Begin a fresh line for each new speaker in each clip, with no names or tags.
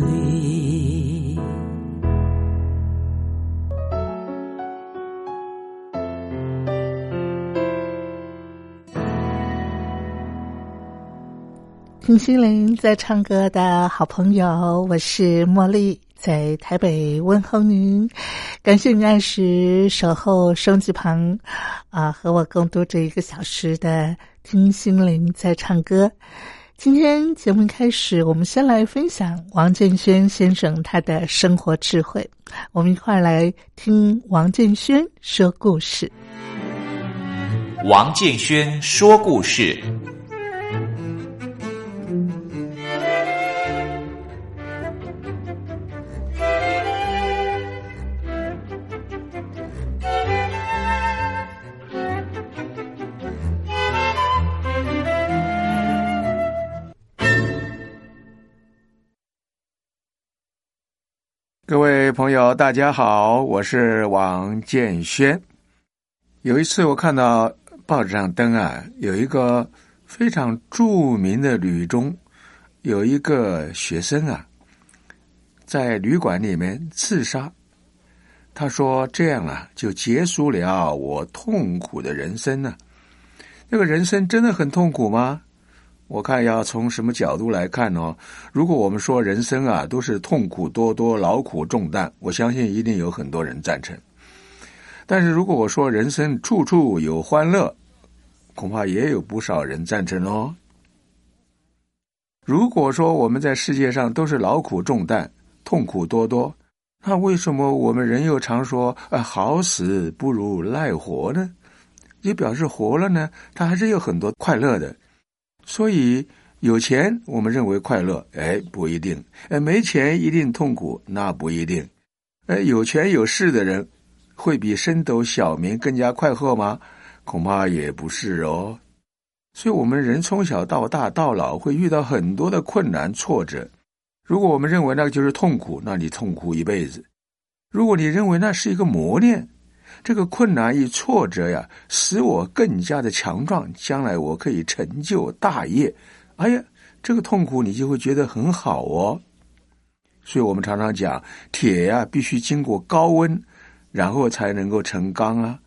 离。
听心灵在唱歌的好朋友，我是茉莉，在台北问候您。感谢您按时守候收音机旁，啊，和我共度这一个小时的听心灵在唱歌。今天节目开始，我们先来分享王建轩先生他的生活智慧。我们一块儿来听王建轩说故事。
王建轩说故事。
各位朋友，大家好，我是王建轩。有一次，我看到报纸上登啊，有一个非常著名的旅中，有一个学生啊，在旅馆里面自杀。他说：“这样啊，就结束了我痛苦的人生呢、那个人生真的很痛苦吗？我看要从什么角度来看哦。如果我们说人生啊都是痛苦多多、劳苦重担，我相信一定有很多人赞成。但是如果我说人生处处有欢乐，恐怕也有不少人赞成哦。如果说我们在世界上都是劳苦重担、痛苦多多，那为什么我们人又常说“呃，好死不如赖活”呢？也表示活了呢，它还是有很多快乐的。所以有钱我们认为快乐，哎，不一定；哎，没钱一定痛苦，那不一定。哎，有权有势的人会比升斗小民更加快活吗？恐怕也不是哦。所以，我们人从小到大到老会遇到很多的困难挫折。如果我们认为那个就是痛苦，那你痛苦一辈子；如果你认为那是一个磨练，这个困难与挫折呀，使我更加的强壮，将来我可以成就大业。哎呀，这个痛苦你就会觉得很好哦。所以我们常常讲，铁呀、必须经过高温，然后才能够成钢啊。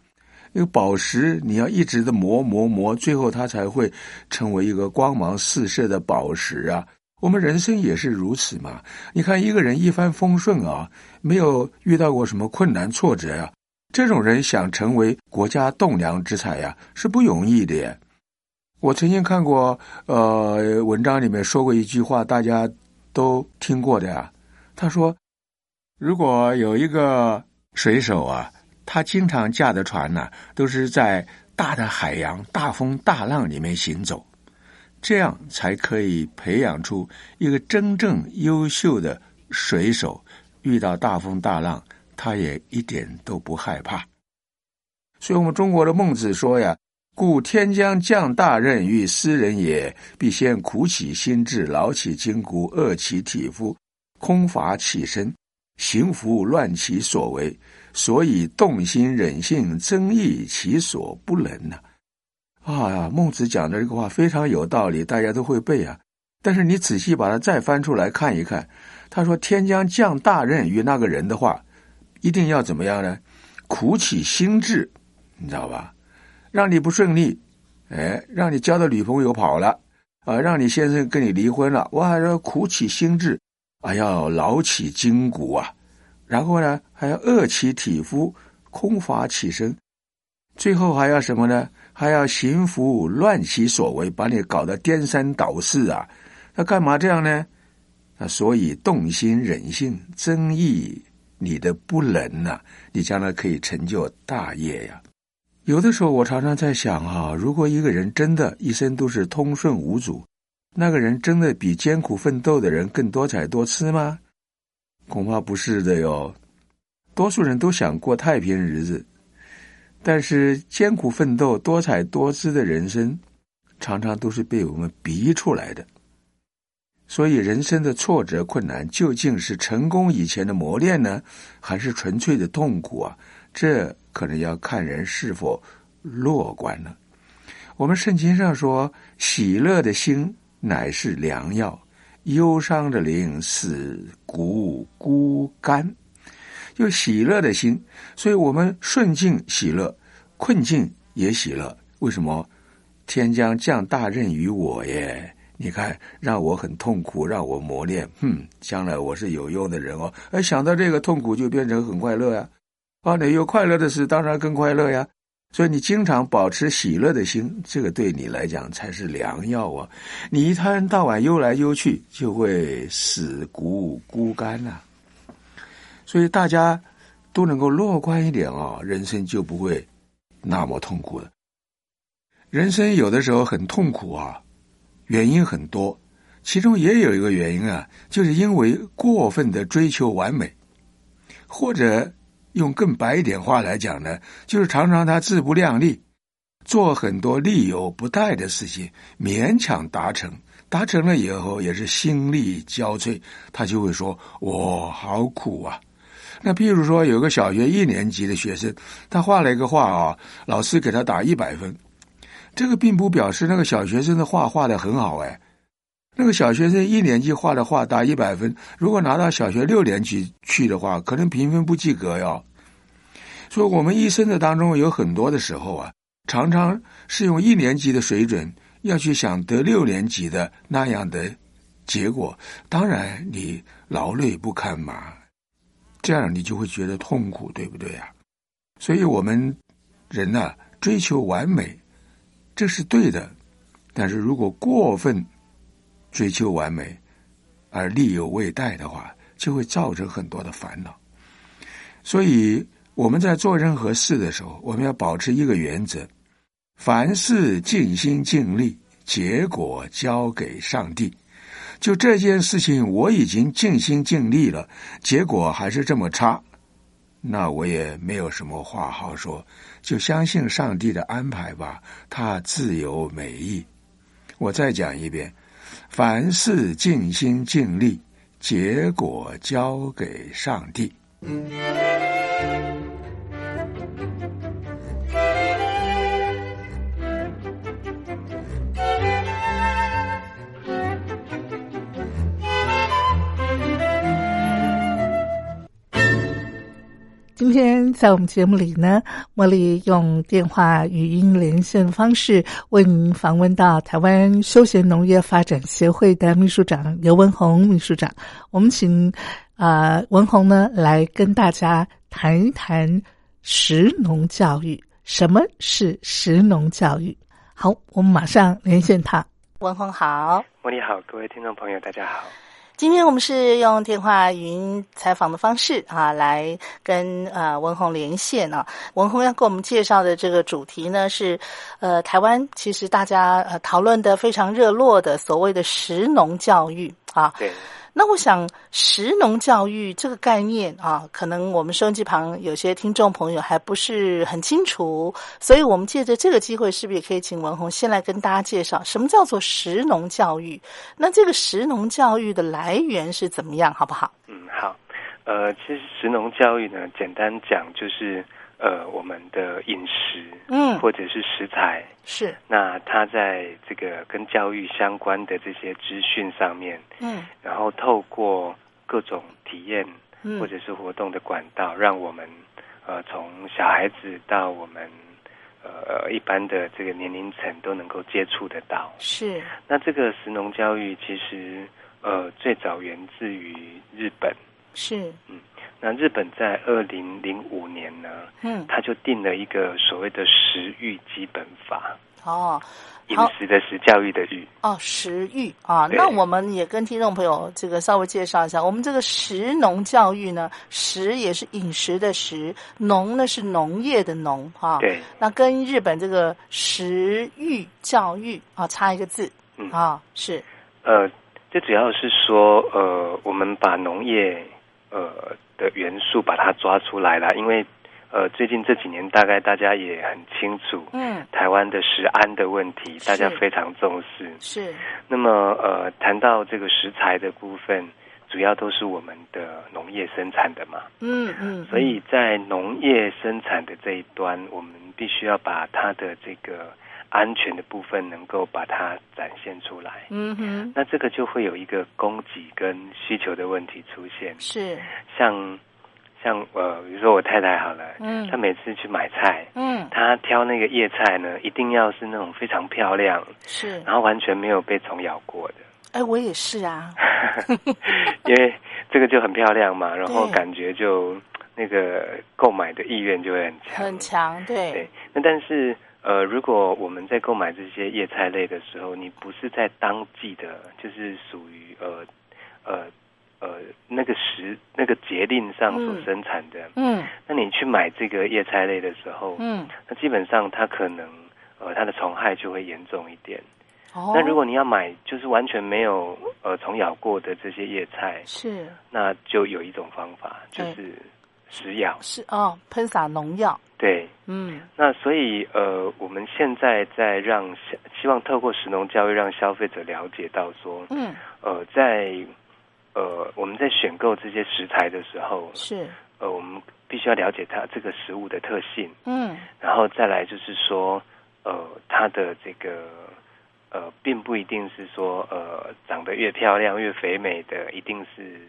那个宝石，你要一直的磨磨磨，最后它才会成为一个光芒四射的宝石啊。我们人生也是如此嘛。你看一个人一帆风顺啊，没有遇到过什么困难挫折啊，这种人想成为国家栋梁之才呀、是不容易的耶。我曾经看过，呃，文章里面说过一句话，大家都听过的呀。他说，如果有一个水手啊，他经常驾的船呢、都是在大的海洋、大风大浪里面行走，这样才可以培养出一个真正优秀的水手。遇到大风大浪，他也一点都不害怕。所以，我们中国的孟子说呀：“故天将降大任于斯人也，必先苦其心志，劳其筋骨，饿其体肤，空乏其身，行拂乱其所为。所以动心忍性，增益其所不能呐、啊。”孟子讲的这个话非常有道理，大家都会背啊。但是你仔细把它再翻出来看一看，他说“天将降大任于那个人”的话，一定要怎么样呢？苦起心志，你知道吧？让你不顺利，哎，让你交的女朋友跑了，啊，让你先生跟你离婚了，哇，要苦起心志，哎要劳起筋骨啊，然后呢，还要饿其体肤，空乏其身，最后还要什么呢？还要行拂乱其所为，把你搞得颠三倒四啊！那干嘛这样呢？那所以动心忍性，增益你的不能呐、你将来可以成就大业呀、有的时候我常常在想啊，如果一个人真的一生都是通顺无阻，那个人真的比艰苦奋斗的人更多彩多姿吗？恐怕不是的哟。多数人都想过太平日子，但是艰苦奋斗、多彩多姿的人生，常常都是被我们逼出来的。所以，人生的挫折、困难，究竟是成功以前的磨练呢，还是纯粹的痛苦啊？这可能要看人是否乐观了。我们圣经上说：“喜乐的心乃是良药，忧伤的灵使骨孤干。”就喜乐的心，所以我们顺境喜乐，困境也喜乐。为什么？天将降大任于我耶！你看，让我很痛苦，让我磨练。哼，将来我是有用的人哦。哎，想到这个痛苦，就变成很快乐呀、啊。你有快乐的事，当然更快乐呀。所以你经常保持喜乐的心，这个对你来讲才是良药啊。你一天到晚忧来忧去，就会死骨孤干呐、所以大家都能够乐观一点哦，人生就不会那么痛苦了。人生有的时候很痛苦啊，原因很多，其中也有一个原因啊，就是因为过分的追求完美，或者用更白一点话来讲呢，就是常常他自不量力，做很多力有不逮的事情，勉强达成。达成了以后也是心力交瘁，他就会说：“我、好苦啊！”那譬如说，有个小学一年级的学生，他画了一个画啊，老师给他打一百分，这个并不表示那个小学生的画画的很好哎。那个小学生一年级画的画打一百分，如果拿到小学六年级去的话，可能评分不及格哟。所以，我们一生的当中有很多的时候啊，常常是用一年级的水准要去想得六年级的那样的结果，当然你劳累不堪嘛，这样你就会觉得痛苦，对不对呀、所以我们人呐、追求完美，这是对的，但是如果过分追求完美而力有未逮的话，就会造成很多的烦恼。所以我们在做任何事的时候，我们要保持一个原则：凡事尽心尽力，结果交给上帝。就这件事情，我已经尽心尽力了，结果还是这么差，那我也没有什么话好说，就相信上帝的安排吧，他自有美意。我再讲一遍，凡事尽心尽力，结果交给上帝。
今天在我们节目里呢，茉莉用电话语音连线方式为您访问到台湾休闲农业发展协会的秘书长刘文宏秘书长。我们请啊、呃文宏呢来跟大家谈一谈食农教育，什么是食农教育？好，我们马上连线他。文宏好，
莫你好，各位听众朋友，大家好。
今天我们是用电话语音采访的方式啊，来跟呃文宏连线啊。文宏要给我们介绍的这个主题呢是，呃，台湾其实大家呃讨论的非常热络的所谓的食农教育啊。
对，
那我想，食农教育这个概念啊，可能我们收音机旁有些听众朋友还不是很清楚，所以我们借着这个机会，是不是也可以请文宏先来跟大家介绍什么叫做食农教育？那这个食农教育的来源是怎么样，好不好？
嗯，好。呃，其实食农教育呢，简单讲就是呃我们的饮食
嗯，
或者是食材，
是，
那它在这个跟教育相关的这些资讯上面，
嗯
然后透过各种体验
嗯，
或者是活动的管道，让我们呃从小孩子到我们呃一般的这个年龄层都能够接触得到。
是，
那这个食农教育其实呃最早源自于日本，
是，
那日本在二零零五年呢，
嗯，
他就定了一个所谓的食育基本法，
哦，
饮
好
食的食，教育的育。
哦，食育啊，
对
那我们也跟听众朋友这个稍微介绍一下，我们这个食农教育呢，食也是饮食的食，农呢是农业的农哈、
对，
那跟日本这个食育教育啊差一个字
嗯
啊，是
呃，最主要是说，呃，我们把农业呃的元素把它抓出来了，因为呃最近这几年大概大家也很清楚，
嗯
台湾的食安的问题，
是
大家非常重视。
是
那么呃，谈到这个食材的部分，主要都是我们的农业生产的嘛，
嗯嗯，
所以在农业生产的这一端，我们必须要把它的这个安全的部分能够把它展现出来。
嗯哼
那这个就会有一个供给跟需求的问题出现，
是
像像呃，比如说我太太好了，
嗯
她每次去买菜，
嗯
她挑那个叶菜呢，一定要是那种非常漂亮，
是，
然后完全没有被虫咬过的，
哎，我也是啊，
因为这个就很漂亮嘛，然后
对
感觉就那个购买的意愿就会很强，
很强，对
对，那但是呃，如果我们在购买这些叶菜类的时候，你不是在当季的，就是属于呃呃呃那个时那个节令上所
嗯
生产的，
嗯
那你去买这个叶菜类的时候，
嗯，
那基本上它可能呃它的虫害就会严重一点。
哦，
那如果你要买就是完全没有呃虫咬过的这些叶菜，
哦是
那就有一种方法就
对
是食药，
是哦，喷洒农药，
对。
嗯
那所以呃，我们现在在让消希望透过食农教育让消费者了解到说，
嗯
呃，在呃我们在选购这些食材的时候，
是，
呃，我们必须要了解它这个食物的特性，
嗯
然后再来就是说，呃，它的这个。呃，并不一定是说，呃，长得越漂亮、越肥美的，一定是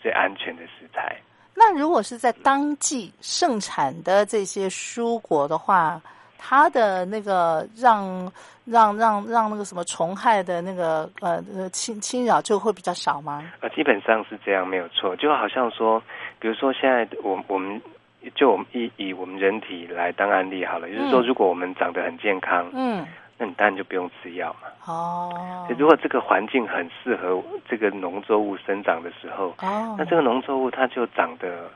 最安全的食材。
那如果是在当季盛产的这些蔬果的话，它的那个让让让让那个什么虫害的那个呃呃侵侵扰就会比较少吗？
呃，基本上是这样，没有错。就好像说，比如说现在我我们就我们以以我们人体来当案例好了，就是说，
嗯
如果我们长得很健康，
嗯，
那你当然就不用吃药嘛。
哦
所以，如果这个环境很适合这个农作物生长的时候，
哦，
那这个农作物它就长得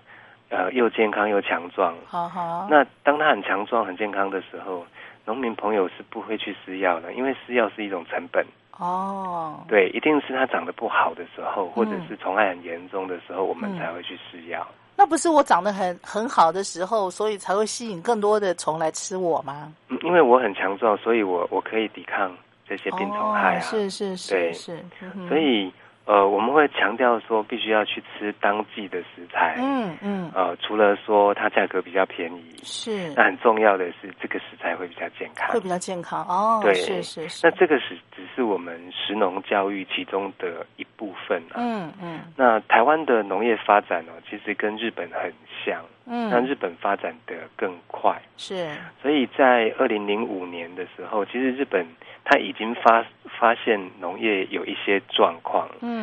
呃又健康又强壮。
好好，
那当它很强壮、很健康的时候，农民朋友是不会去施药的，因为施药是一种成本。
哦，
对，一定是它长得不好的时候，或者
嗯
是虫害很严重的时候，我们
嗯
才会去施药。
那不是我长得很很好的时候，所以才会吸引更多的虫来吃我吗？
嗯因为我很强壮，所以我我可以抵抗这些病虫害啊。
哦、是是是
对
是，嗯哼
所以呃，我们会强调说，必须要去吃当季的食材。
嗯嗯
呃，除了说它价格比较便宜，
是
那很重要的是这个食材会比较健康
会。比较健康哦，
对
是是是，
那这个是只是我们食农教育其中的一部分啊。
嗯嗯
那台湾的农业发展哦，其实跟日本很像，那
嗯
日本发展的更快。
是
所以在二零零五年的时候，其实日本它已经发发现农业有一些状况，
嗯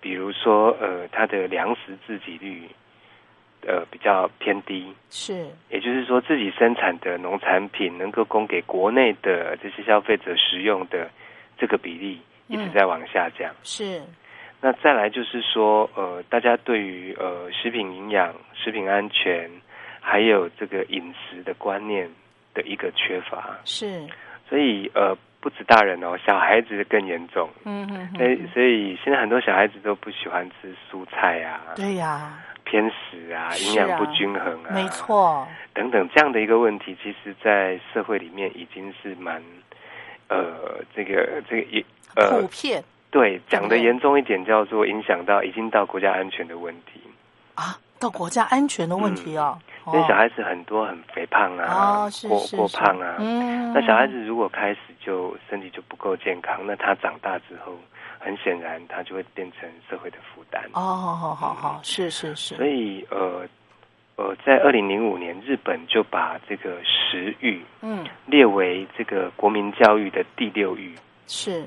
比如说呃，它的粮食自给率呃比较偏低，
是
也就是说自己生产的农产品能够供给国内的这些消费者食用的这个比例一
嗯
直在往下降。
是
那再来就是说，呃，大家对于呃食品营养、食品安全，还有这个饮食的观念的一个缺乏，
是，
所以呃，不止大人哦，小孩子更严重。
嗯嗯
所以
嗯，
所以现在很多小孩子都不喜欢吃蔬菜啊，
对呀、
偏食啊，营
是啊
养不均衡啊，
没，错，
等等这样的一个问题，其实在社会里面已经是蛮，呃，这个这个也呃
普遍
对，
怎
讲
么
的
样
严重一点叫做影响到已经到国家安全的问题。
啊，到国家安全的问题哦，
因为
哦
嗯小孩子很多很肥胖啊，
哦是
过
是
过
是
胖啊，
嗯，
那小孩子如果开始就身体就不够健康，那他长大之后，很显然他就会变成社会的负担。
哦，好好好好，是是是，
所以呃呃，在二零零五年，日本就把这个食育
嗯
列为这个国民教育的第六育，
是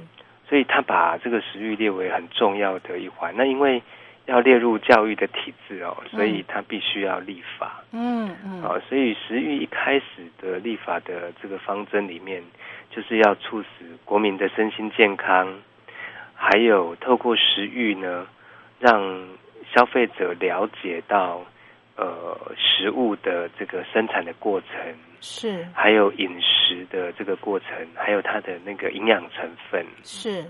所以他把这个食育列为很重要的一环。那因为要列入教育的体制哦，所以它必须要立法。
嗯嗯
啊，所以食育一开始的立法的这个方针里面，就是要促使国民的身心健康，还有透过食育呢，让消费者了解到呃食物的这个生产的过程，
是
还有饮食的这个过程，还有它的那个营养成分。
是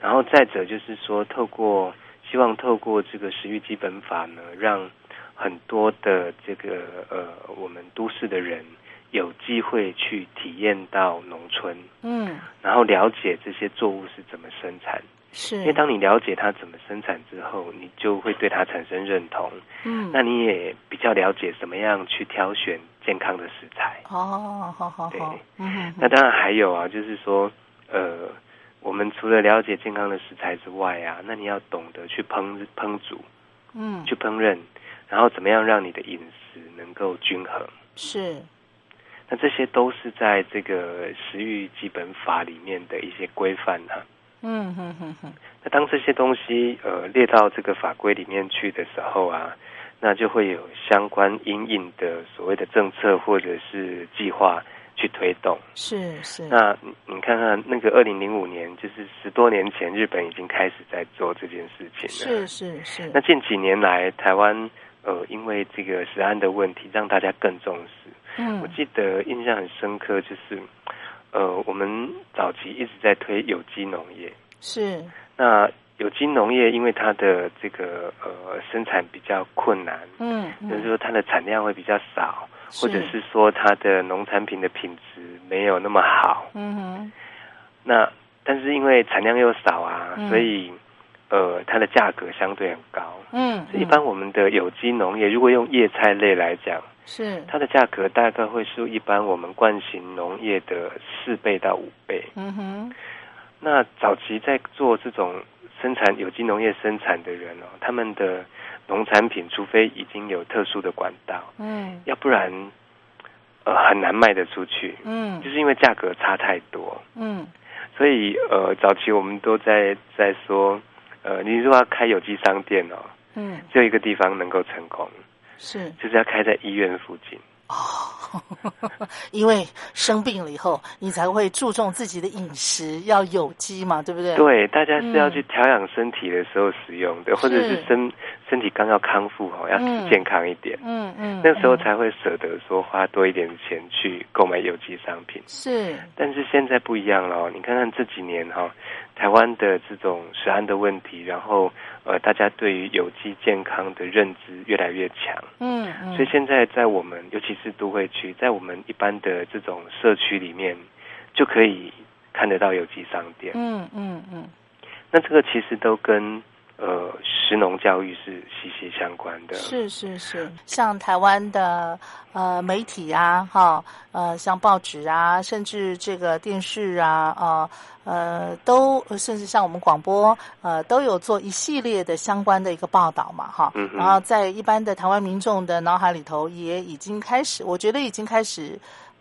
然后再者就是说，透过希望透过这个食育基本法呢，让很多的这个呃我们都市的人有机会去体验到农村，
嗯
然后了解这些作物是怎么生产。
是
因为当你了解它怎么生产之后，你就会对它产生认同，
嗯
那你也比较了解怎么样去挑选健康的食材。
哦好好
对
好嗯
那当然还有啊，就是说，呃，我们除了了解健康的食材之外啊，那你要懂得去烹烹煮、
嗯
去烹饪，然后怎么样让你的饮食能够均衡。
是
那这些都是在这个食欲基本法里面的一些规范啊。
嗯哼哼哼
那当这些东西呃列到这个法规里面去的时候啊，那就会有相关因应的所谓的政策或者是计划去推动。
是是
那你你看看那个二零零五年，就是十多年前，日本已经开始在做这件事情
是。
了。
是是
那近几年来，台湾呃，因为这个食安的问题，让大家更重视。我
嗯
记得印象很深刻，就是呃，我们早期一直在推有机农业。
是
那有机农业因为它的这个呃生产比较困难，
嗯
就是
嗯
说它的产量会比较少，
是
或者是说它的农产品的品质没有那么好。
嗯哼
那但是因为产量又少啊，
嗯
所以呃，它的价格相对很高。
嗯
所以一般我们的有机农业，如果用叶菜类来讲，
是
它的价格大概会是一般我们惯型农业的四倍到五倍。
嗯哼
那早期在做这种生产有机农业生产的人哦，他们的农产品，除非已经有特殊的管道，
嗯
要不然呃很难卖得出去，
嗯
就是因为价格差太多。
嗯
所以呃，早期我们都在在说，呃，你如果要开有机商店哦，
嗯
只有一个地方能够成功，
是
就是要开在医院附近。
因为生病了以后，你才会注重自己的饮食要有机嘛，对不对？嗯
对，大家是要去调养身体的时候使用的，或者是
是
身身体刚要康复哦，要
嗯
吃健康一点。
嗯嗯，
那时候
嗯
才会舍得说花多一点钱去购买有机商品，
嗯是
但是现在不一样了哦。你看看这几年哈、台湾的这种食安的问题，然后呃，大家对于有机健康的认知越来越强。
嗯嗯，
所以现在在我们，尤其是都会区，在我们一般的这种社区里面，就可以看得到有机商店。
嗯嗯嗯
那这个其实都跟呃食农教育是息息相关的。
是是是，像台湾的呃媒体啊，哈呃像报纸啊，甚至这个电视啊，啊呃都甚至像我们广播呃都有做一系列的相关的一个报道嘛，哈，
嗯哼
然后在一般的台湾民众的脑海里头也已经开始，我觉得已经开始。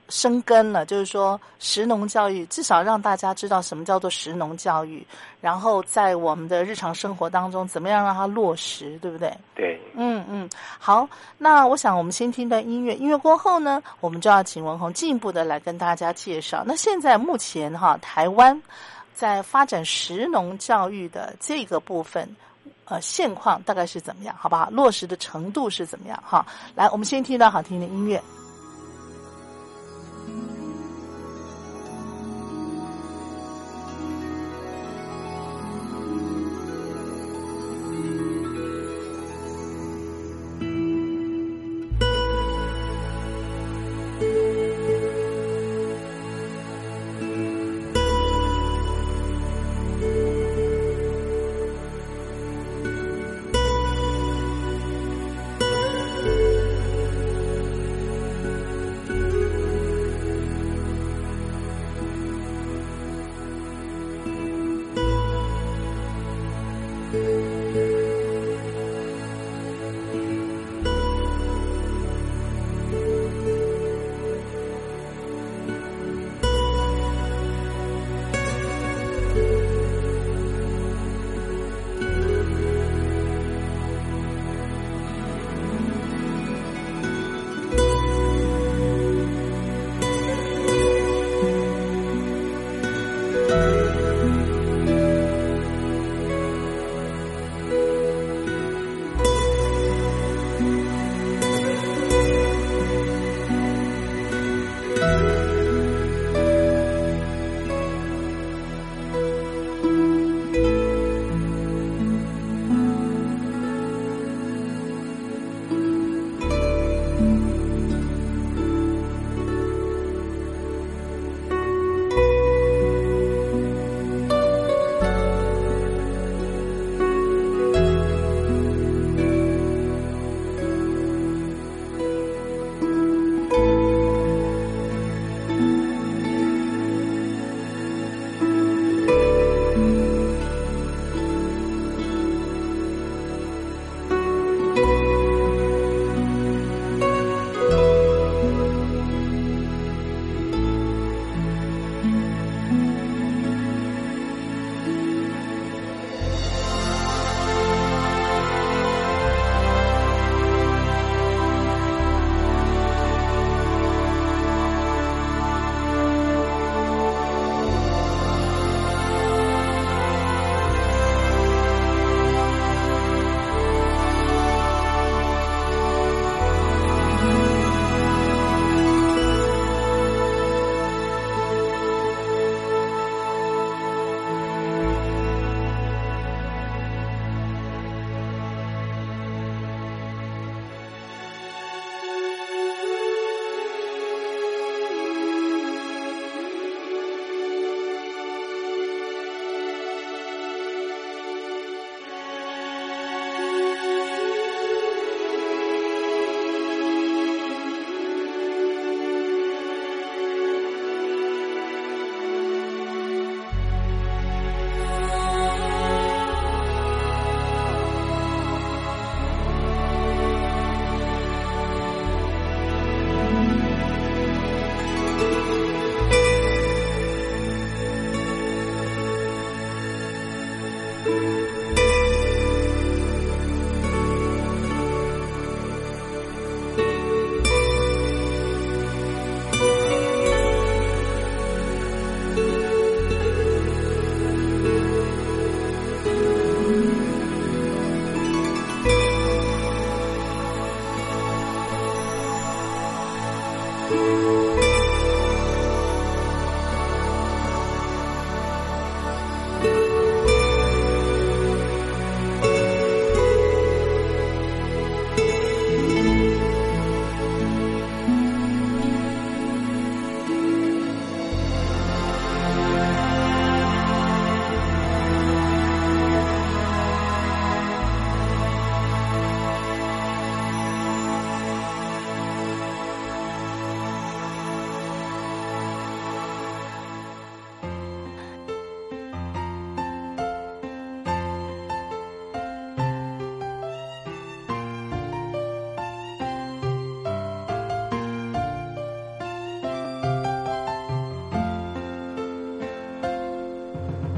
生根了，就是说，食农教育至少让大家知道什么叫做食农教育，然后在我们的日常生活当中，怎么样让它落实，对不对？
对，
嗯嗯，好，那我想我们先听段音乐，音乐过后呢，我们就要请文红进一步的来跟大家介绍。那现在目前哈，台湾在发展食农教育的这个部分，呃，现况大概是怎么样，好不好？落实的程度是怎么样？哈，来，我们先听一段好听的音乐。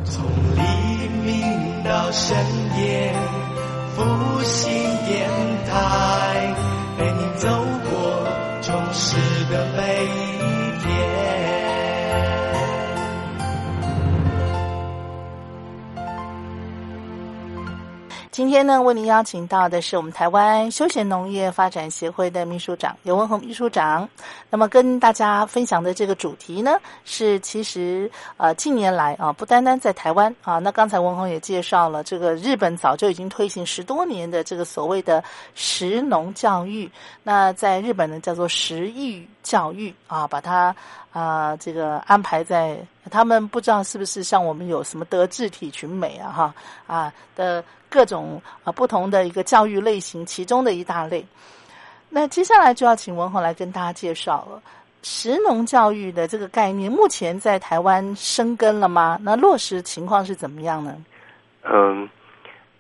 从黎明到深夜，复兴电台陪你走过充实的每一天。
今天呢，为您邀请到的是我们台湾休闲农业发展协会的秘书长刘文宏秘书长。那么跟大家分享的这个主题呢，是其实呃近年来啊，不单单在台湾啊，那刚才文宏也介绍了，这个日本早就已经推行十多年的这个所谓的食农教育，那在日本呢叫做食育教育啊，把它啊这个安排在他们不知道是不是像我们有什么德智体群美啊哈啊的各种啊不同的一个教育类型其中的一大类。那接下来就要请文宏来跟大家介绍了。食农教育的这个概念，目前在台湾生根了吗？那落实情况是怎么样呢？
嗯，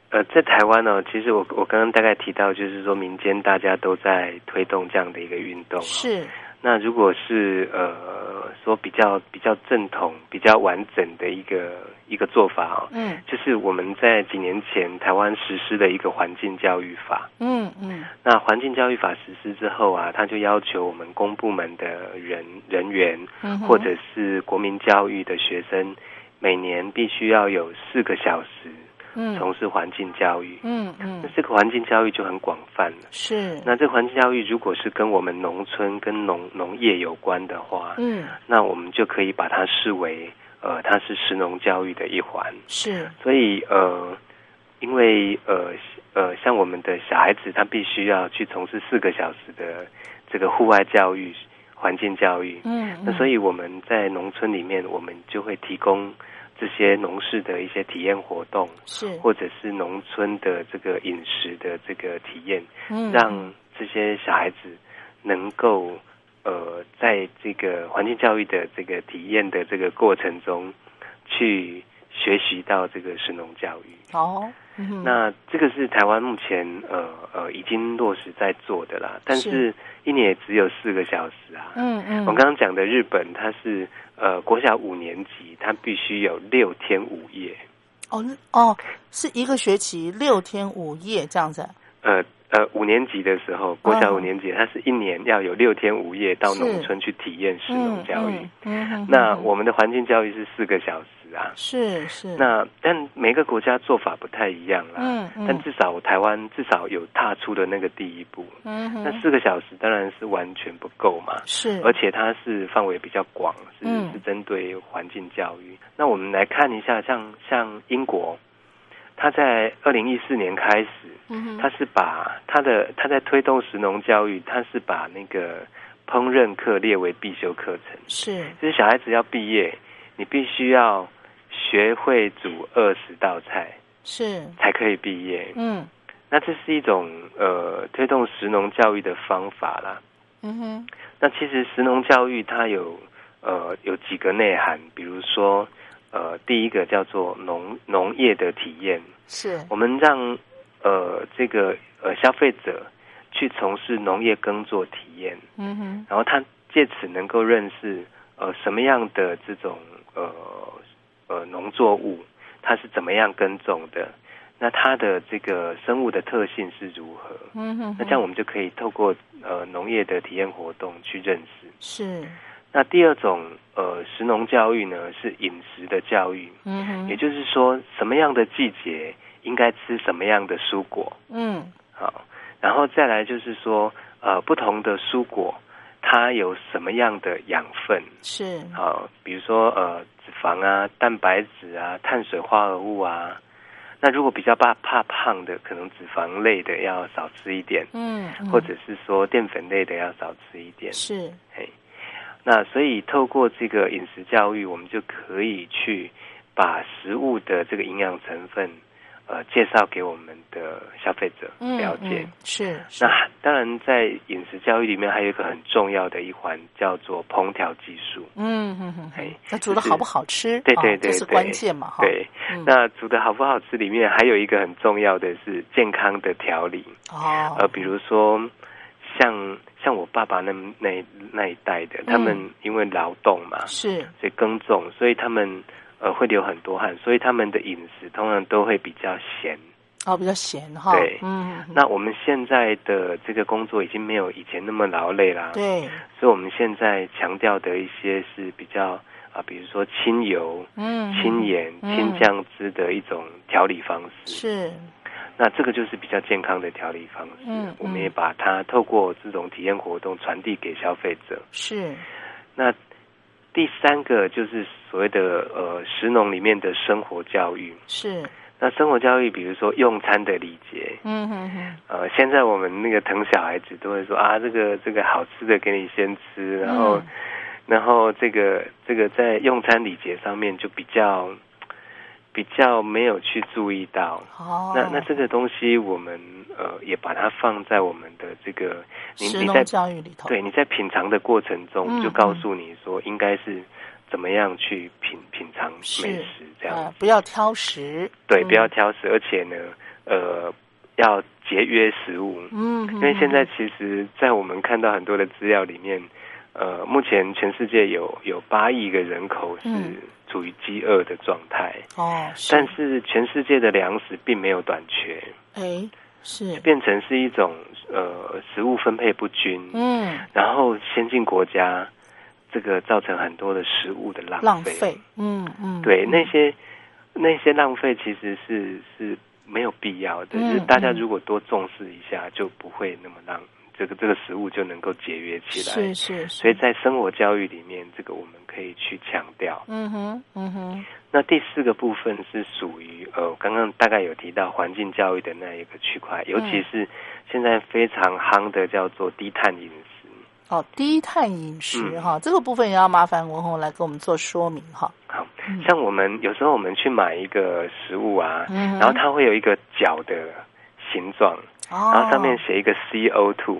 呃，在台湾呢、其实我我刚刚大概提到，就是说民间大家都在推动这样的一个运动、哦。
是，
那如果是呃说比较比较正统、比较完整的一个一个做法哦，
嗯
就是我们在几年前台湾实施的一个环境教育法。
嗯嗯
那环境教育法实施之后啊，它就要求我们公部门的人人员
嗯哼，
或者是国民教育的学生，每年必须要有四个小时
嗯
从事环境教育。
嗯
那
嗯
这个环境教育就很广泛了。
是，
那这个环境教育如果是跟我们农村跟农农业有关的话，
嗯
那我们就可以把它视为呃，它是食农教育的一环。
是
所以呃，因为呃呃，像我们的小孩子，他必须要去从事四个小时的这个户外教育、环境教育。
嗯，
那所
以
以我们在农村里面，我们就会提供这些农事的一些体验活动，
嗯是
或者是农村的这个饮食的这个体验，
嗯
让这些小孩子能够呃，在这个环境教育的这个体验的这个过程中，去学习到这个神农教育。
好嗯
那这个是台湾目前呃呃已经落实在做的啦，但是一年也只有四个小时啊。
嗯嗯，
我刚刚讲的日本，它是呃国小五年级，它必须有六天五夜，
哦那哦，是一个学期六天五夜这样子，啊
呃呃五年级的时候，国小
哦
五年级，它是一年要有六天五夜到农
是
村去体验食农教育。
嗯嗯嗯，
那
嗯
我们的环境教育是四个小时啊，
是是
那但每个国家做法不太一样啦。
嗯嗯
但至少台湾至少有踏出的那个第一步。
嗯哼
那四个小时当然是完全不够嘛，
是，
而且它是范围比较广，是
嗯
是针对环境教育。那我们来看一下，像像英国，它在二零一四年开始，
嗯哼
它是把它的它在推动食农教育，它是把那个烹饪课列为必修课程。
是
就是小孩子要毕业，你必须要学会煮二十道菜
是
才可以毕业。
嗯
那这是一种呃推动食农教育的方法啦。
嗯哼
那其实食农教育它有呃有几个内涵，比如说呃第一个叫做农农业的体验，
是
我们让呃这个呃消费者去从事农业耕作体验，
嗯哼
然后他借此能够认识呃什么样的这种呃呃农作物，它是怎么样耕种的，那它的这个生物的特性是如何？
嗯哼，
那这样我们就可以透过呃农业的体验活动去认识。
是
那第二种呃食农教育呢，是饮食的教育，
嗯
也
哼
就是说什么样的季节应该吃什么样的蔬果。
嗯
好，然后再来就是说，呃，不同的蔬果它有什么样的养分？
是
好，比如说呃，脂肪啊、蛋白质啊、碳水化合物啊。那如果比较怕怕胖的，可能脂肪类的要少吃一点，
嗯嗯
或者是说淀粉类的要少吃一点。
是
那所以透过这个饮食教育，我们就可以去把食物的这个营养成分，呃，介绍给我们的消费者
嗯
了解。
嗯是是
那当然，在饮食教育里面还有一个很重要的一环叫做烹调技术。
嗯哼哼哼
哎，
那煮的好不好吃，
对
啊
对对
这是
对
关键嘛哈，
对，
嗯
那煮的好不好吃里面还有一个很重要的是健康的调理，
哦
呃，比如说像像我爸爸那那那一代
嗯
的，他们因为劳动嘛，
是
所以耕种，所以他们呃会流很多汗，所以他们的饮食通常都会比较咸。
哦比较咸哈，
对
嗯嗯
那我们现在的这个工作已经没有以前那么劳累啦，
对
所以我们现在强调的一些是比较啊，比如说清油、
嗯
清盐、
嗯
清酱汁的一种调理方式。
是
那这个就是比较健康的调理方式。
嗯嗯
我们也把它透过这种体验活动传递给消费者。
是
那第三个就是所谓的呃食农里面的生活教育。
是
那生活教育，比如说用餐的礼节，
嗯哼哼
呃，现在我们那个疼小孩子都会说啊，这个这个好吃的给你先吃，然后、
嗯
然后这个这个在用餐礼节上面就比较比较没有去注意到。
哦
那那这个东西，我们呃也把它放在我们的这个你
食
你
农
在
教育里头
对你在品尝的过程中，
嗯
就告诉你说应该是怎么样去品品尝
是
美食这样子。
呃不要挑食
对，
嗯
不要挑食，而且呢，呃，要节约食物，
嗯哼
因为现在其实，在我们看到很多的资料里面，呃，目前全世界有有八亿个人口是
嗯
处于饥饿的状态，
哦是
但是全世界的粮食并没有短缺，
哎是
变成是一种呃食物分配不均，
嗯
然后先进国家这个造成很多的食物的
浪费嗯嗯
对，
嗯
那些那些浪费其实是是没有必要的，
嗯
就是大家
嗯
如果多重视一下，就不会那么浪，这个这个食物就能够节约起来
是。是是
所以在生活教育里面，这个我们可以去强调。
嗯哼嗯哼
那第四个部分是属于呃，刚刚大概有提到环境教育的那一个区块，尤
嗯
其是现在非常夯的叫做低碳饮食。
哦低碳饮食
嗯
哈这个部分也要麻烦文宏来给我们做说明哈
好像我们有时候我们去买一个食物啊，
嗯哼
然后它会有一个角的形状，
哦
然后上面写一个 CO2，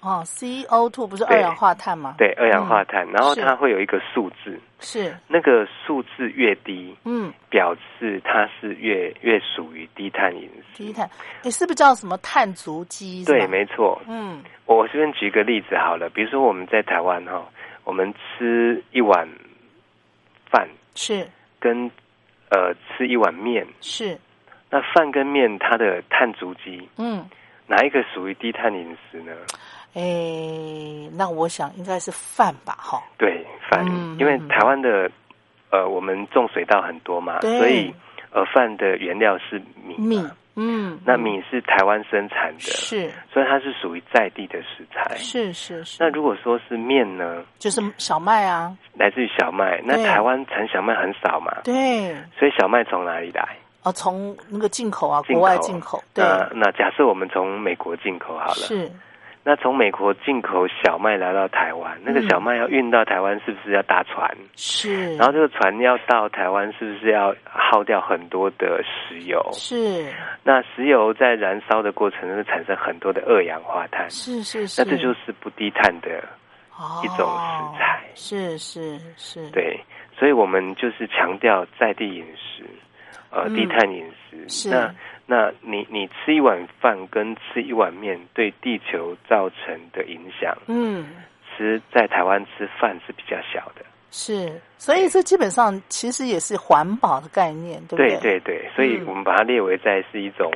哦，CO two 不是二氧化碳吗？，
对，二氧化碳，然后
嗯是
它会有一个数字，
是，
那个数字越低，
嗯，
表示它是越越属于低碳饮食。
低碳，你是不是叫什么碳足迹？
对，
是吧，
没错。
嗯，
我这边举个例子好了，比如说我们在台湾哈、我们吃一碗饭
是
跟呃吃一碗面，
是，
那饭跟面它的碳足迹
嗯，
哪一个属于低碳饮食呢？
诶，那我想应该是饭吧，哈，
对，饭，
嗯
因为
嗯
台湾的呃我们种水稻很多嘛，
对
所以呃饭的原料是米嘛
米，嗯，
那米是台湾生产的，
是
所以它是属于在地的食材。
是是是，
那如果说是面呢，
就是小麦啊，
来自于小麦，那
对
台湾产小麦很少嘛，
对，
所以小麦从哪里来？
哦，从那个进口啊，
进
国
口
外进口，对，
那那假设我们从美国进口好了，
是
那从美国进口小麦来到台湾，那个
嗯
小麦要运到台湾，是不是要搭船？
是，
然后这个船要到台湾，是不是要耗掉很多的石油？
是
那石油在燃烧的过程中产生很多的二氧化碳，
是是是，
那这就是不低碳的一种食材
哦是是是，，
对，所以我们就是强调在地饮食，呃，
嗯
低碳饮食。
是
那那你你吃一碗饭跟吃一碗面对地球造成的影响，
嗯。
吃在台湾吃饭是比较小的。
是，所以这基本上其实也是环保的概念，对不
对
对？
对对，所以
嗯
我们把它列为在是一种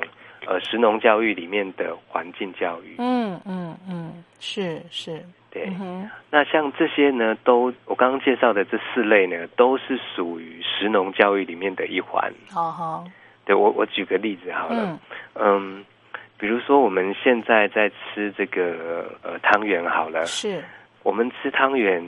呃食农教育里面的环境教育。
嗯嗯嗯，是是，
对，
嗯哼，
那像这些呢，都我刚刚介绍的这四类呢，都是属于食农教育里面的一环。
好好，
对我我举个例子好了。
嗯
嗯，比如说我们现在在吃这个呃汤圆好了，
是
我们吃汤圆，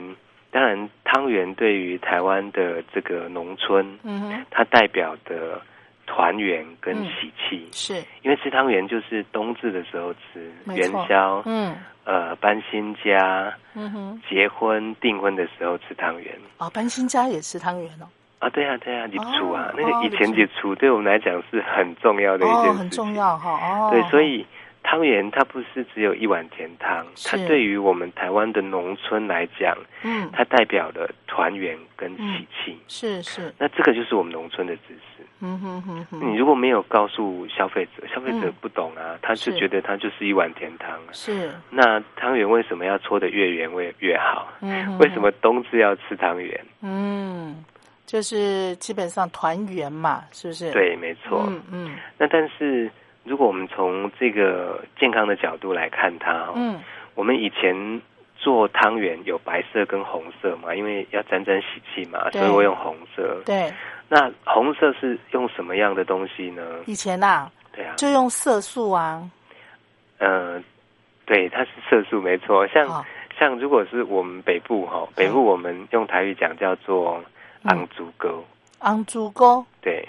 当然汤圆对于台湾的这个农村，
嗯哼
它代表的团圆跟
嗯
喜气，
是，
因为吃汤圆就是冬至的时候吃
没
元
错
宵，
嗯
呃搬新家、
嗯哼，
结婚订婚的时候吃汤圆。
哦，搬新家也吃汤圆哦，
啊，对啊，对啊，立出啊，
哦
那个以前
立
立出对我们来讲是很重要的一件事
哦，
情，
很重要哈，哦，
对，所以汤圆它不是只有一碗甜汤，
是
它对于我们台湾的农村来讲，
嗯
它代表了团圆跟喜气。
是是，
那这个就是我们农村的知识。
嗯哼哼
你
哼，
如果没有告诉消费者，消费者
嗯
不懂啊，他就是觉得它就是一碗甜汤啊。
是，
那汤圆为什么要搓的越圆越越好？
嗯哼
为什么冬至要吃汤圆？
嗯，就是基本上团圆嘛，是不是？，
对，没错。
嗯嗯
那但是如果我们从这个健康的角度来看它、哦，
嗯，
我们以前做汤圆有白色跟红色嘛，因为要沾沾喜气嘛，
对
所以我用红色。
对，
那红色是用什么样的东西呢？
以前呐、
对啊，
就用色素啊，
呃，对，它是色素没错。像、
哦
像如果是我们北部哈、
嗯
北部我们用台语讲叫做昂竹沟，
昂竹沟。
对。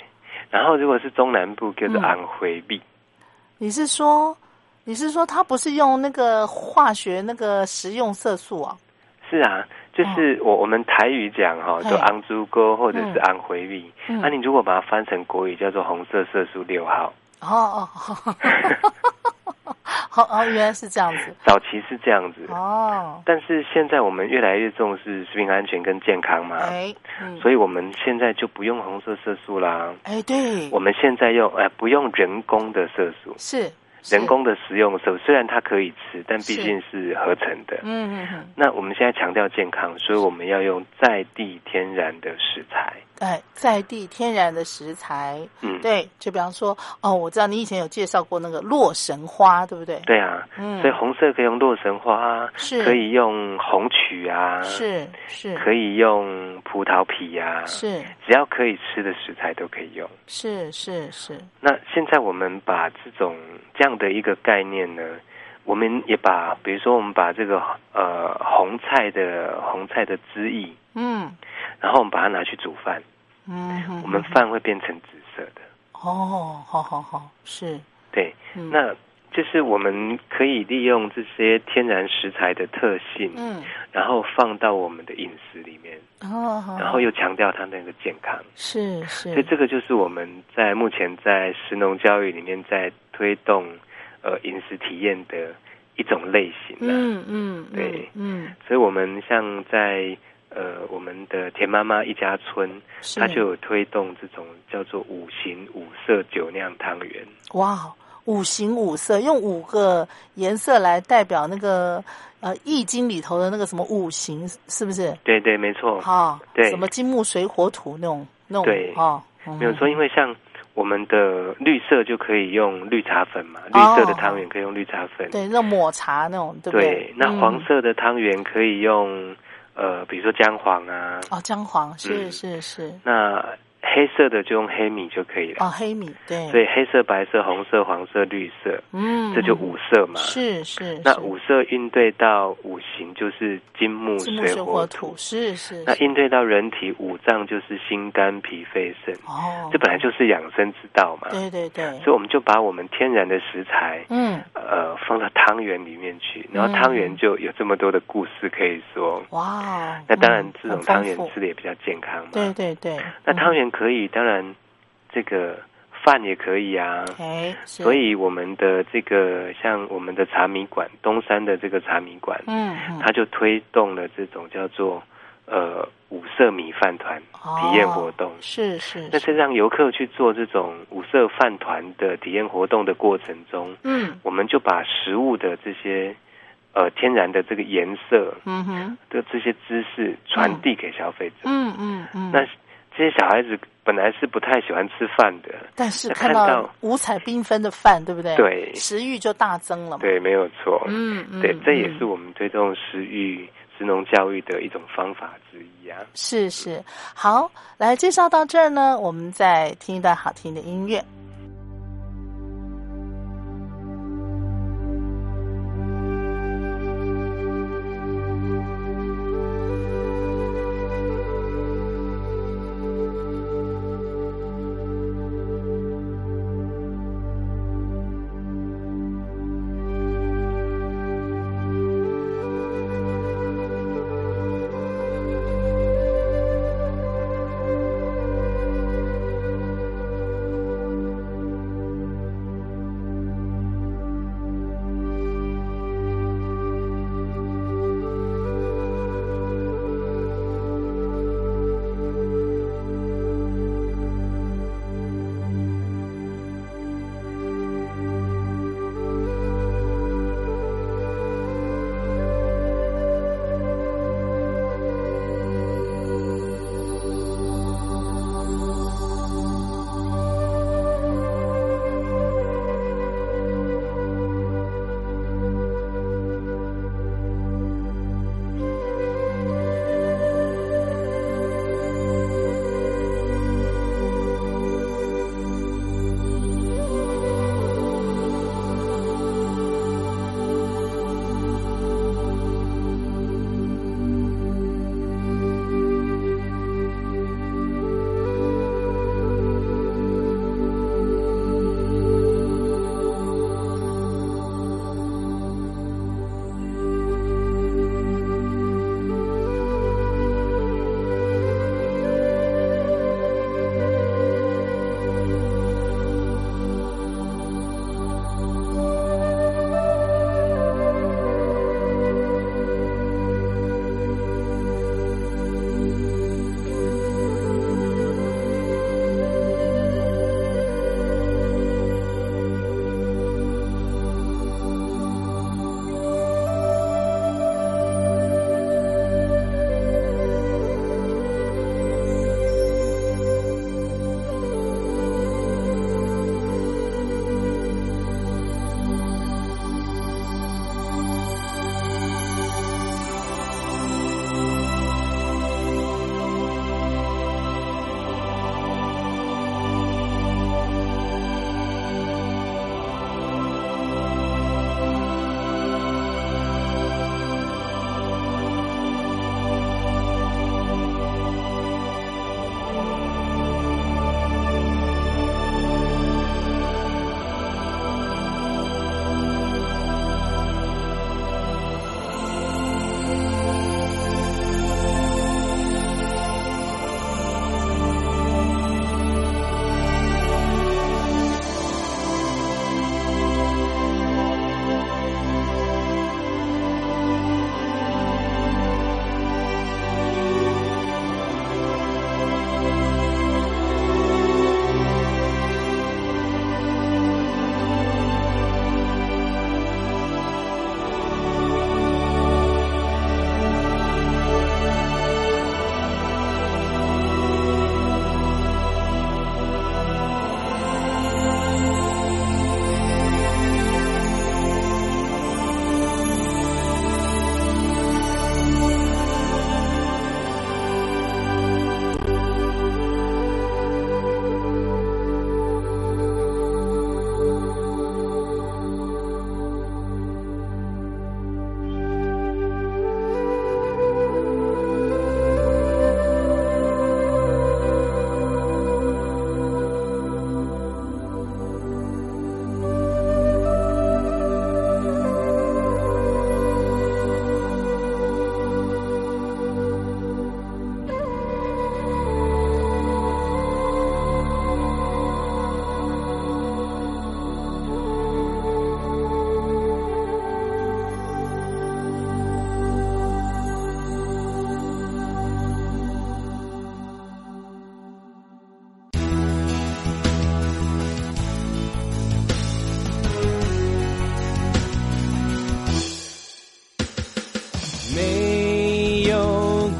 然后如果是中南部叫做
嗯
昂回壁，
你是说，你是说它不是用那个化学那个食用色素啊？
是啊，就是我我们台语讲哈、
哦嘿
就昂珠沟或者
嗯
是昂回力，那、
嗯
啊你如果把它翻成国语叫做红色色素六号，
哦哦，好 好哦，原来是这样子
早期是这样子，
哦。
但是现在我们越来越重视食品安全跟健康嘛，
哎，嗯，
所以我们现在就不用红色色素啦，
哎，对，
我们现在用呃不用人工的色素，
是是
人工的食用色素虽然它可以吃，但毕
是
竟是合成的。
嗯嗯嗯，
那我们现在强调健康，所以我们要用在地天然的食材。
哎，在地天然的食材，
嗯，
对，就比方说，哦，我知道你以前有介绍过那个洛神花，对不对？，
对啊，
嗯
所以红色可以用洛神花啊，
是
可以用红曲啊，，
是是
可以用葡萄皮啊，，
是
只要可以吃的食材都可以用。
是是是，
那现在我们把这种这样的一个概念呢，我们也把，比如说我们把这个呃红菜的红菜的汁液，
嗯
然后我们把它拿去煮饭，
嗯嗯，
我们饭会变成紫色的，
哦，好好好，是，
对，
嗯
那就是我们可以利用这些天然食材的特性，
嗯。
然后放到我们的饮食里面，
哦，
然后又强调它那个健康，
是
所以
是
这个就是我们在目前在食农教育里面在推动呃饮食体验的一种类型啊。
嗯嗯，嗯
对
嗯，
所以我们像在呃我们的田妈妈一家村，
是
它就有推动这种叫做五行五色酒酿汤圆。
哇，五行五色，用五个颜色来代表那个呃《易经》里头的那个什么五行，是不是？
对对，没错。
啊，
哦对
什么金木水火土那种那种
对
啊，
没有
嗯
错，因为像我们的绿色就可以用绿茶粉嘛，绿色的汤圆可以用绿茶粉。
哦对，那种抹茶那种，对不
对那
嗯
黄色的汤圆可以用呃，比如说姜黄啊。
哦，姜黄是
嗯
是是，
那黑色的就用黑米就可以了。
哦，黑米对，
所以黑色、白色、红色、黄色、绿色，
嗯，
这就五色嘛。。
是是，
那
是
五色应对到五行就是金木
金木
水
水
火
火土是是，
那
是
应对到人体五脏就是心肝脾肺肾，
哦，
这本来就是养生之道嘛。
对对对，
所以我们就把我们天然的食材，
嗯，
呃，放到汤圆里面去，然后汤圆就有这么多的故事可以说。
哇哦，
那当然
嗯，
这
很
种汤
丰
圆
富
吃的也比较健康嘛。
对。对对，
那
嗯
汤圆可以，当然这个饭也可以啊。
哎，是
所以我们的这个像我们的茶米馆，东山的这个茶米馆，
嗯嗯
它就推动了这种叫做呃五色米饭团
哦
体验活动。
是是，
那
是
在让游客去做这种五色饭团的体验活动的过程中，
嗯
我们就把食物的这些呃天然的这个颜色
嗯哼
的这些知识传递给消费者。
嗯嗯嗯，
那这些小孩子本来是不太喜欢吃饭的，
但是
那
看
看
到
到
五彩缤纷的饭，对不对？
对
食欲就大增了嘛。
对，没有错。
嗯，嗯
对，这也
嗯
是我们推动食育、食农教育的一种方法之一啊。
是是好。来介绍到这儿呢，我们再听一段好听的音乐。
一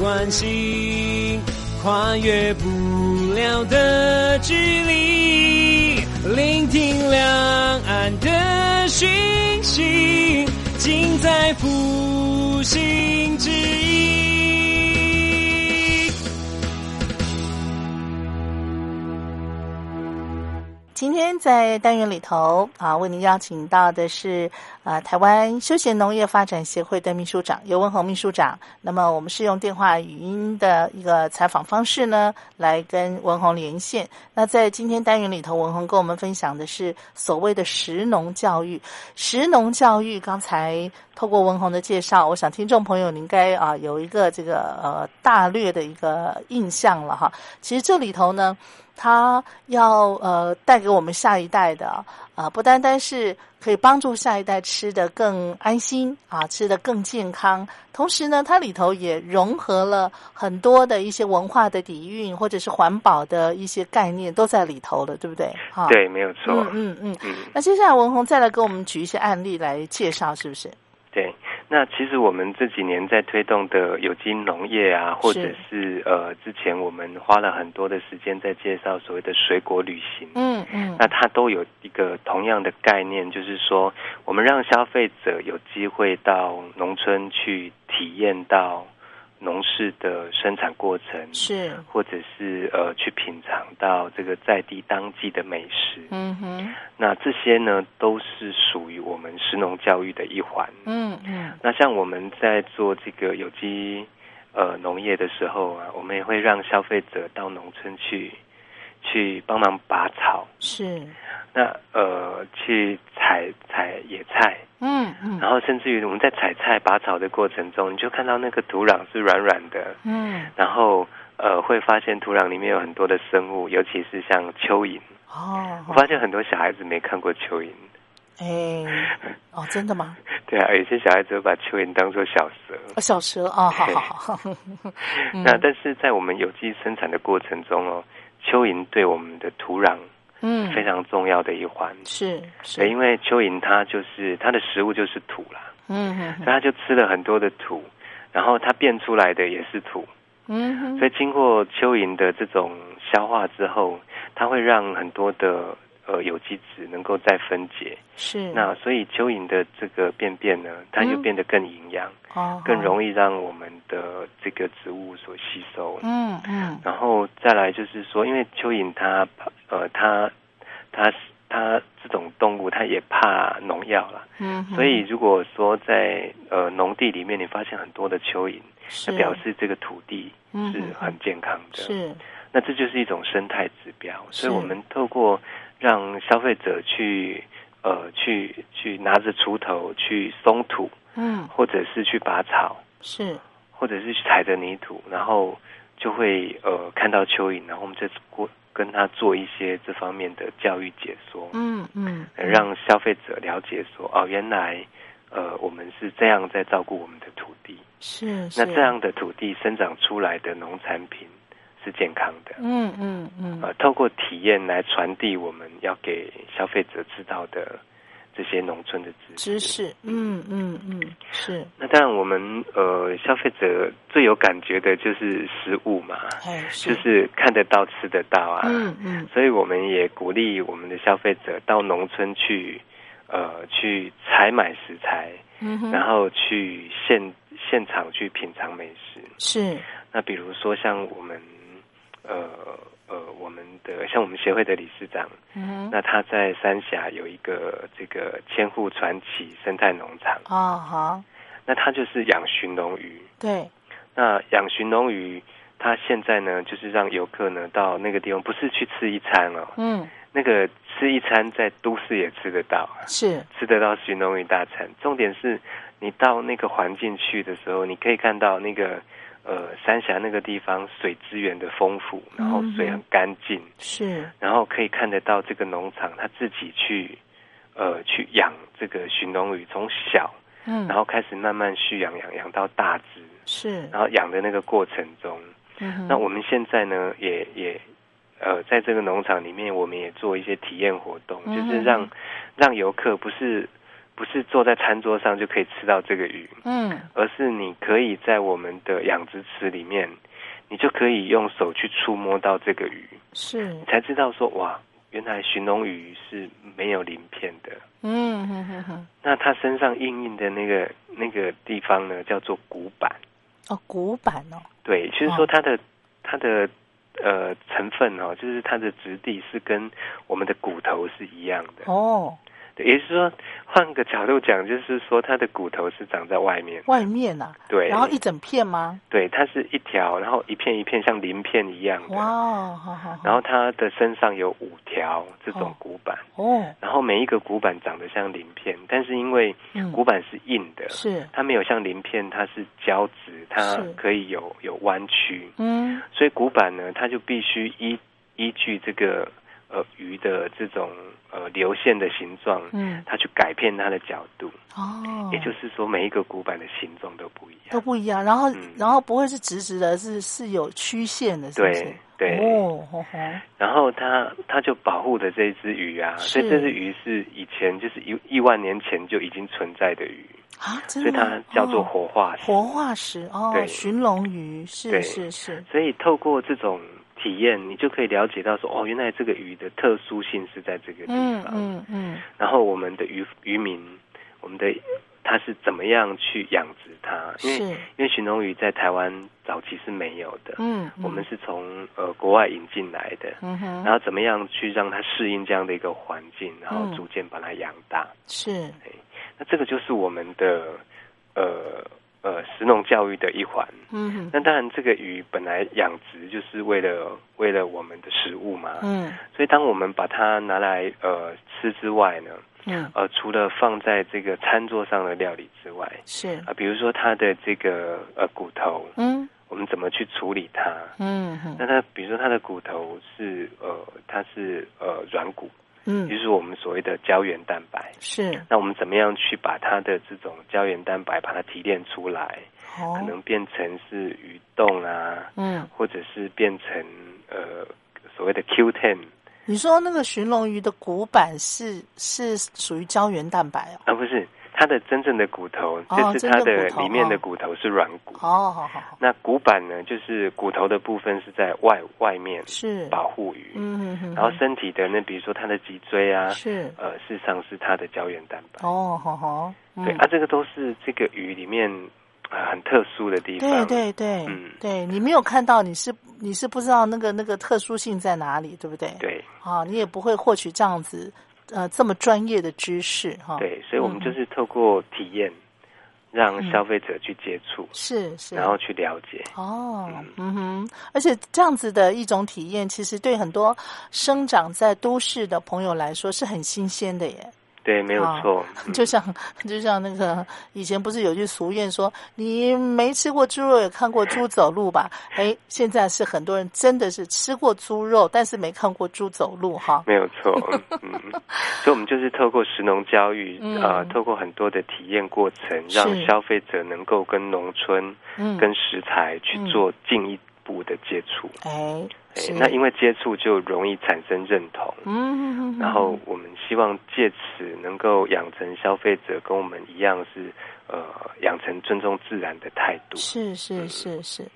穿行，跨越不了的距离，聆听两岸的讯息，尽在复兴之音。
今天在单元里头啊，为您邀请到的是啊、台湾休闲农业发展协会的秘书长尤文宏秘书长。那么我们是用电话语音的一个采访方式呢，来跟文宏连线。那在今天单元里头，文宏跟我们分享的是所谓的食农教育。食农教育，刚才透过文宏的介绍，我想听众朋友您该啊有一个这个呃大略的一个印象了哈。其实这里头呢。它要呃带给我们下一代的啊、不单单是可以帮助下一代吃得更安心啊，吃得更健康，同时呢，它里头也融合了很多的一些文化的底蕴或者是环保的一些概念都在里头了，对不对？哈、
对，没有错。
嗯嗯嗯。
嗯
那接下来文红再来给我们举一些案例来介绍，是不是？
对，那其实我们这几年在推动的有机农业啊，或者是呃，之前我们花了很多的时间在介绍所谓的水果旅行。
嗯嗯
那它都有一个同样的概念，就是说，我们让消费者有机会到农村去体验到农事的生产过程，
是，
或者是呃去品尝到这个在地当季的美食。
嗯哼，
那这些呢，都是属于我们食农教育的一环。
嗯嗯
那像我们在做这个有机呃农业的时候啊，我们也会让消费者到农村去去帮忙拔草，
是，
那呃去采采野菜，
嗯嗯
然后甚至于我们在采菜拔草的过程中，你就看到那个土壤是软软的，
嗯，
然后呃会发现土壤里面有很多的生物，尤其是像蚯蚓。
哦
我，发现很多小孩子没看过蚯蚓，
哎，哦，真的吗？
对啊，有些小孩子会把蚯蚓当做小蛇。
哦小蛇啊，好好好，嗯
那但是在我们有机生产的过程中哦，蚯蚓对我们的土壤
嗯，
非常重要的一环。
是是
对，，因为蚯蚓它就是它的食物就是土啦，
嗯嗯
所以它就吃了很多的土，然后它变出来的也是土，
嗯哼，
所以经过蚯蚓的这种消化之后，它会让很多的呃有机质能够再分解。
是
那所以蚯蚓的这个便便呢，它就
嗯
变得更营养，
哦，
更容易让我们的这个植物所吸收。
嗯嗯
然后再来就是说，因为蚯蚓它呃它它它这种动物它也怕农药啦，
嗯哼，
所以如果说在呃农地里面你发现很多的蚯蚓，
是
那表示这个土地
嗯
是
嗯
很健康的。
是
那这就是一种生态指标，
是
所以我们透过让消费者去呃去去拿着锄头去松土，
嗯
或者是去拔草，
是
或者是去踩着泥土，然后就会呃看到蚯蚓，然后我们再过跟他做一些这方面的教育解说，
嗯嗯
呃让消费者了解说哦，原来呃我们是这样在照顾我们的土地，
是是
那这样的土地生长出来的农产品是健康的。
嗯嗯嗯
呃，透过体验来传递我们要给消费者知道的这些农村的
知识嗯嗯嗯是
那当然，我们呃消费者最有感觉的就是食物嘛，
哎是
就是看得到、吃得到啊。
嗯嗯
所以我们也鼓励我们的消费者到农村去，呃，去采买食材，
嗯
然
哼
后去现现场去品尝美食。
是
那比如说像我们，呃呃，我们的像我们协会的理事长，
嗯哼
那他在三峡有一个这个千户传奇生态农场，
啊好
那他就是养鲟龙鱼。
对
那养鲟龙鱼，它现在呢，就是让游客呢到那个地方，不是去吃一餐哦，
嗯
那个吃一餐在都市也吃得到，
是
吃得到鲟龙鱼大餐。重点是你到那个环境去的时候，你可以看到那个呃三峡那个地方水资源的丰富，
嗯
然后水很干净，
是
然后可以看得到这个农场他自己去呃去养这个鲟龙鱼，从小
嗯
然后开始慢慢蓄养，养养到大只，
是
然后养的那个过程中，
嗯哼
那我们现在呢也也呃在这个农场里面，我们也做一些体验活动，
嗯
就是让让游客不是不是坐在餐桌上就可以吃到这个鱼，
嗯
而是你可以在我们的养殖池里面，你就可以用手去触摸到这个鱼，
是
你，才知道说哇，原来鲟龙鱼是没有鳞片的。
嗯哼哼哼，
那它身上硬硬的那个那个地方呢，叫做骨板。
哦，古板哦，
对，就是说它的、它的呃成分哦，就是它的质地是跟我们的骨头是一样的。
哦，
对也就是说，换个角度讲，就是说它的骨头是长在外面。
外面呐、
对，
哦然后一整片吗？
对，它是一条，然后一片一片像鳞片一样的。
哇哦，好好好，
然后它的身上有五条这种
哦
骨板，
哦，
然后每一个骨板长得像鳞片，但是因为
嗯
骨板是硬的，
是，
它没有像鳞片，它是胶质，它
是
可以有有弯曲，
嗯
所以骨板呢，它就必须依依据这个呃鱼的这种呃流线的形状，
嗯，
它去改变它的角度，
哦，
也就是说每一个骨板的形状都不一
都
样。
不一样，然后、
嗯
然后不会是直直的，是是有曲线的，是不是
对？对
哦，吼吼，
然后它它就保护的这一只鱼啊，
是
所以这只鱼是以前就是一亿万年前就已经存在的鱼，
啊，真
所以
的吗，
它叫做
哦
活化石。
活化石哦，
对
寻龙鱼是
对
是是，
所以透过这种体验，你就可以了解到说，哦，原来这个鱼的特殊性是在这个地
嗯
方。
嗯嗯，
然后我们的渔渔民，我们的他是怎么样去养殖它？因为
是，
因为鲟龙鱼在台湾早期是没有的，
嗯，
我们
嗯
是从呃国外引进来的。
嗯哼
然后怎么样去让它适应这样的一个环境，然后
嗯
逐渐把它养大？
是
那这个就是我们的呃呃食农教育的一环。
嗯哼
那当然，这个鱼本来养殖就是为了为了我们的食物嘛，
嗯
所以当我们把它拿来呃吃之外呢，
嗯
呃，除了放在这个餐桌上的料理之外，
是
啊、比如说它的这个呃骨头，
嗯
我们怎么去处理它？
嗯哼
那它比如说它的骨头是呃它是呃软骨，就
嗯
是我们所谓的胶原蛋白。
是
那我们怎么样去把它的这种胶原蛋白把它提炼出来，
哦
可能变成是鱼冻啊，
嗯，
或者是变成呃所谓的 Q10
你说那个寻龙鱼的骨板是是属于胶原蛋白哦，
啊，不是它的真正的骨头，
哦
就是它
真的
的
骨头
里面的
哦
骨头是软骨。
哦，好好好，
那骨板呢，就是骨头的部分是在外外面
是，
保护鱼，
嗯嗯
然后
嗯
身体的那比如说它的脊椎啊，
是
呃，事实上是它的胶原蛋白。
哦，好好，嗯
对啊，这个都是这个鱼里面、呃很特殊的地方。
对对对，
嗯
对你没有看到，你是你是不知道那个那个特殊性在哪里，对不对？
对
啊，你也不会获取这样子呃这么专业的知识哈。
对，所以我们
嗯
就是透过体验，让消费者去接触，
是是。
然后去了解。
哦，嗯哼，而且这样子的一种体验，其实对很多生长在都市的朋友来说是很新鲜的耶。
对，没有
啊
错。嗯
就像就像那个以前不是有句俗谚说，你没吃过猪肉也看过猪走路吧？哎，现在是很多人真的是吃过猪肉，但是没看过猪走路哈。
没有 错，嗯，所以我们就是透过食农教育，
嗯
呃，透过很多的体验过程，
是
让消费者能够跟农村、
嗯，
跟食材去
嗯
做进一步的接触。
哎，
哎
是
那因为接触就容易产生认同，
嗯，
然后我们希望借此能够养成消费者跟我们一样是呃养成尊重自然的态度。
是是是是，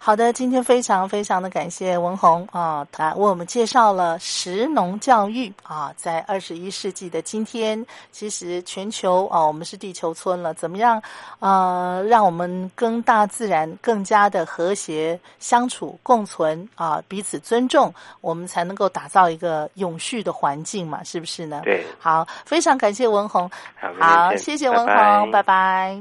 好的，今天非常非常的感谢文宏啊，他为我们介绍了食农教育啊，在二十一世纪的今天，其实全球啊，我们是地球村了，怎么样呃，让我们跟大自然更加的和谐相处、共存啊，彼此尊重，我们才能够打造一个永续的环境嘛，是不是呢？，
对，
好，非常感谢文宏，
好，
好，谢谢文宏，拜拜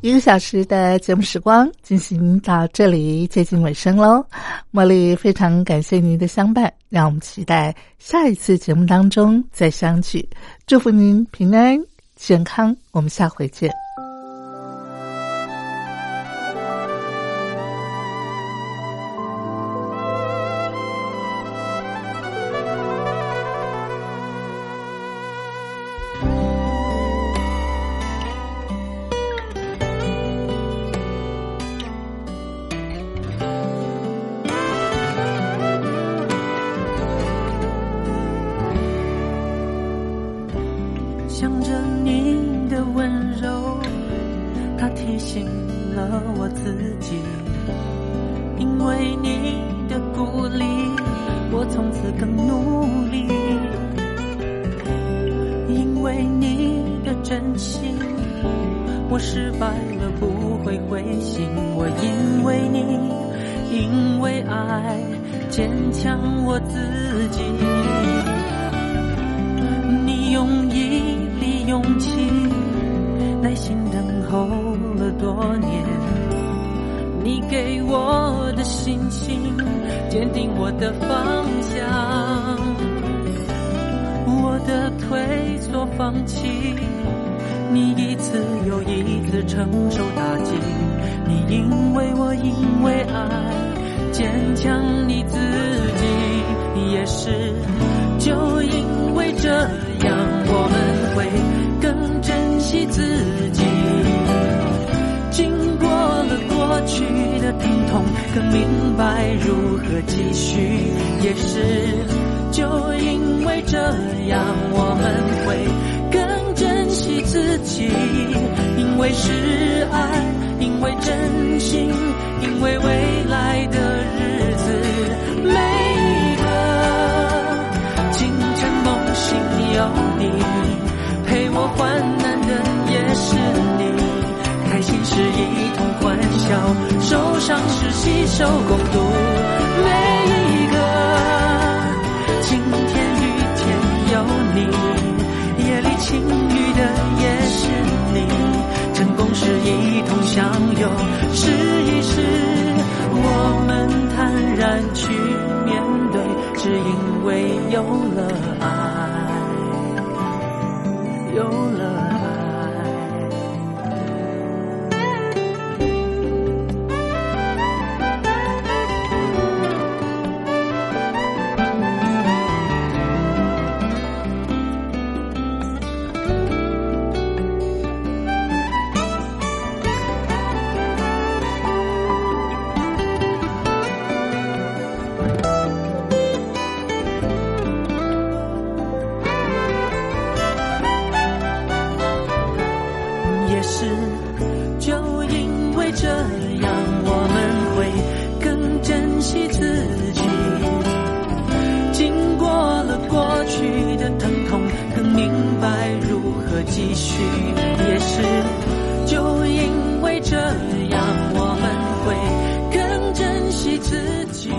一个小时的节目时光进行到这里接近尾声喽，茉莉非常感谢您的相伴，让我们期待下一次节目当中再相聚，祝福您平安健康，我们下回见。
想着你的温柔，它提醒了我自己。因为你的鼓励，我从此更努力。因为你的真心，我失败了不会灰心。我因为你，因为爱，坚强我自己。你用一粒勇气，耐心等候了多年。你给我的信心，坚定我的方向。我的退缩放弃，你一次又一次承受打击。你因为我，因为爱，坚强你自己，也是。就因为这样，我们会更珍惜自己。经过了过去的疼痛，更明白如何继续。也是就因为这样，我们会更珍惜自己，因为是爱，因为真心，因为未来的日子每个。清晨梦醒有你，陪我患难的也是你。开心时一同欢笑，受伤时携手共度每一个。晴天雨天有你，夜里晴雨的也是你。成功时一同享有，试一试，我们坦然去面对，只因为有了爱，有了爱。也是，就因为这样，我们会更珍惜自己。经过了过去的疼痛，更明白如何继续。也是，就因为这样，我们会更珍惜自己。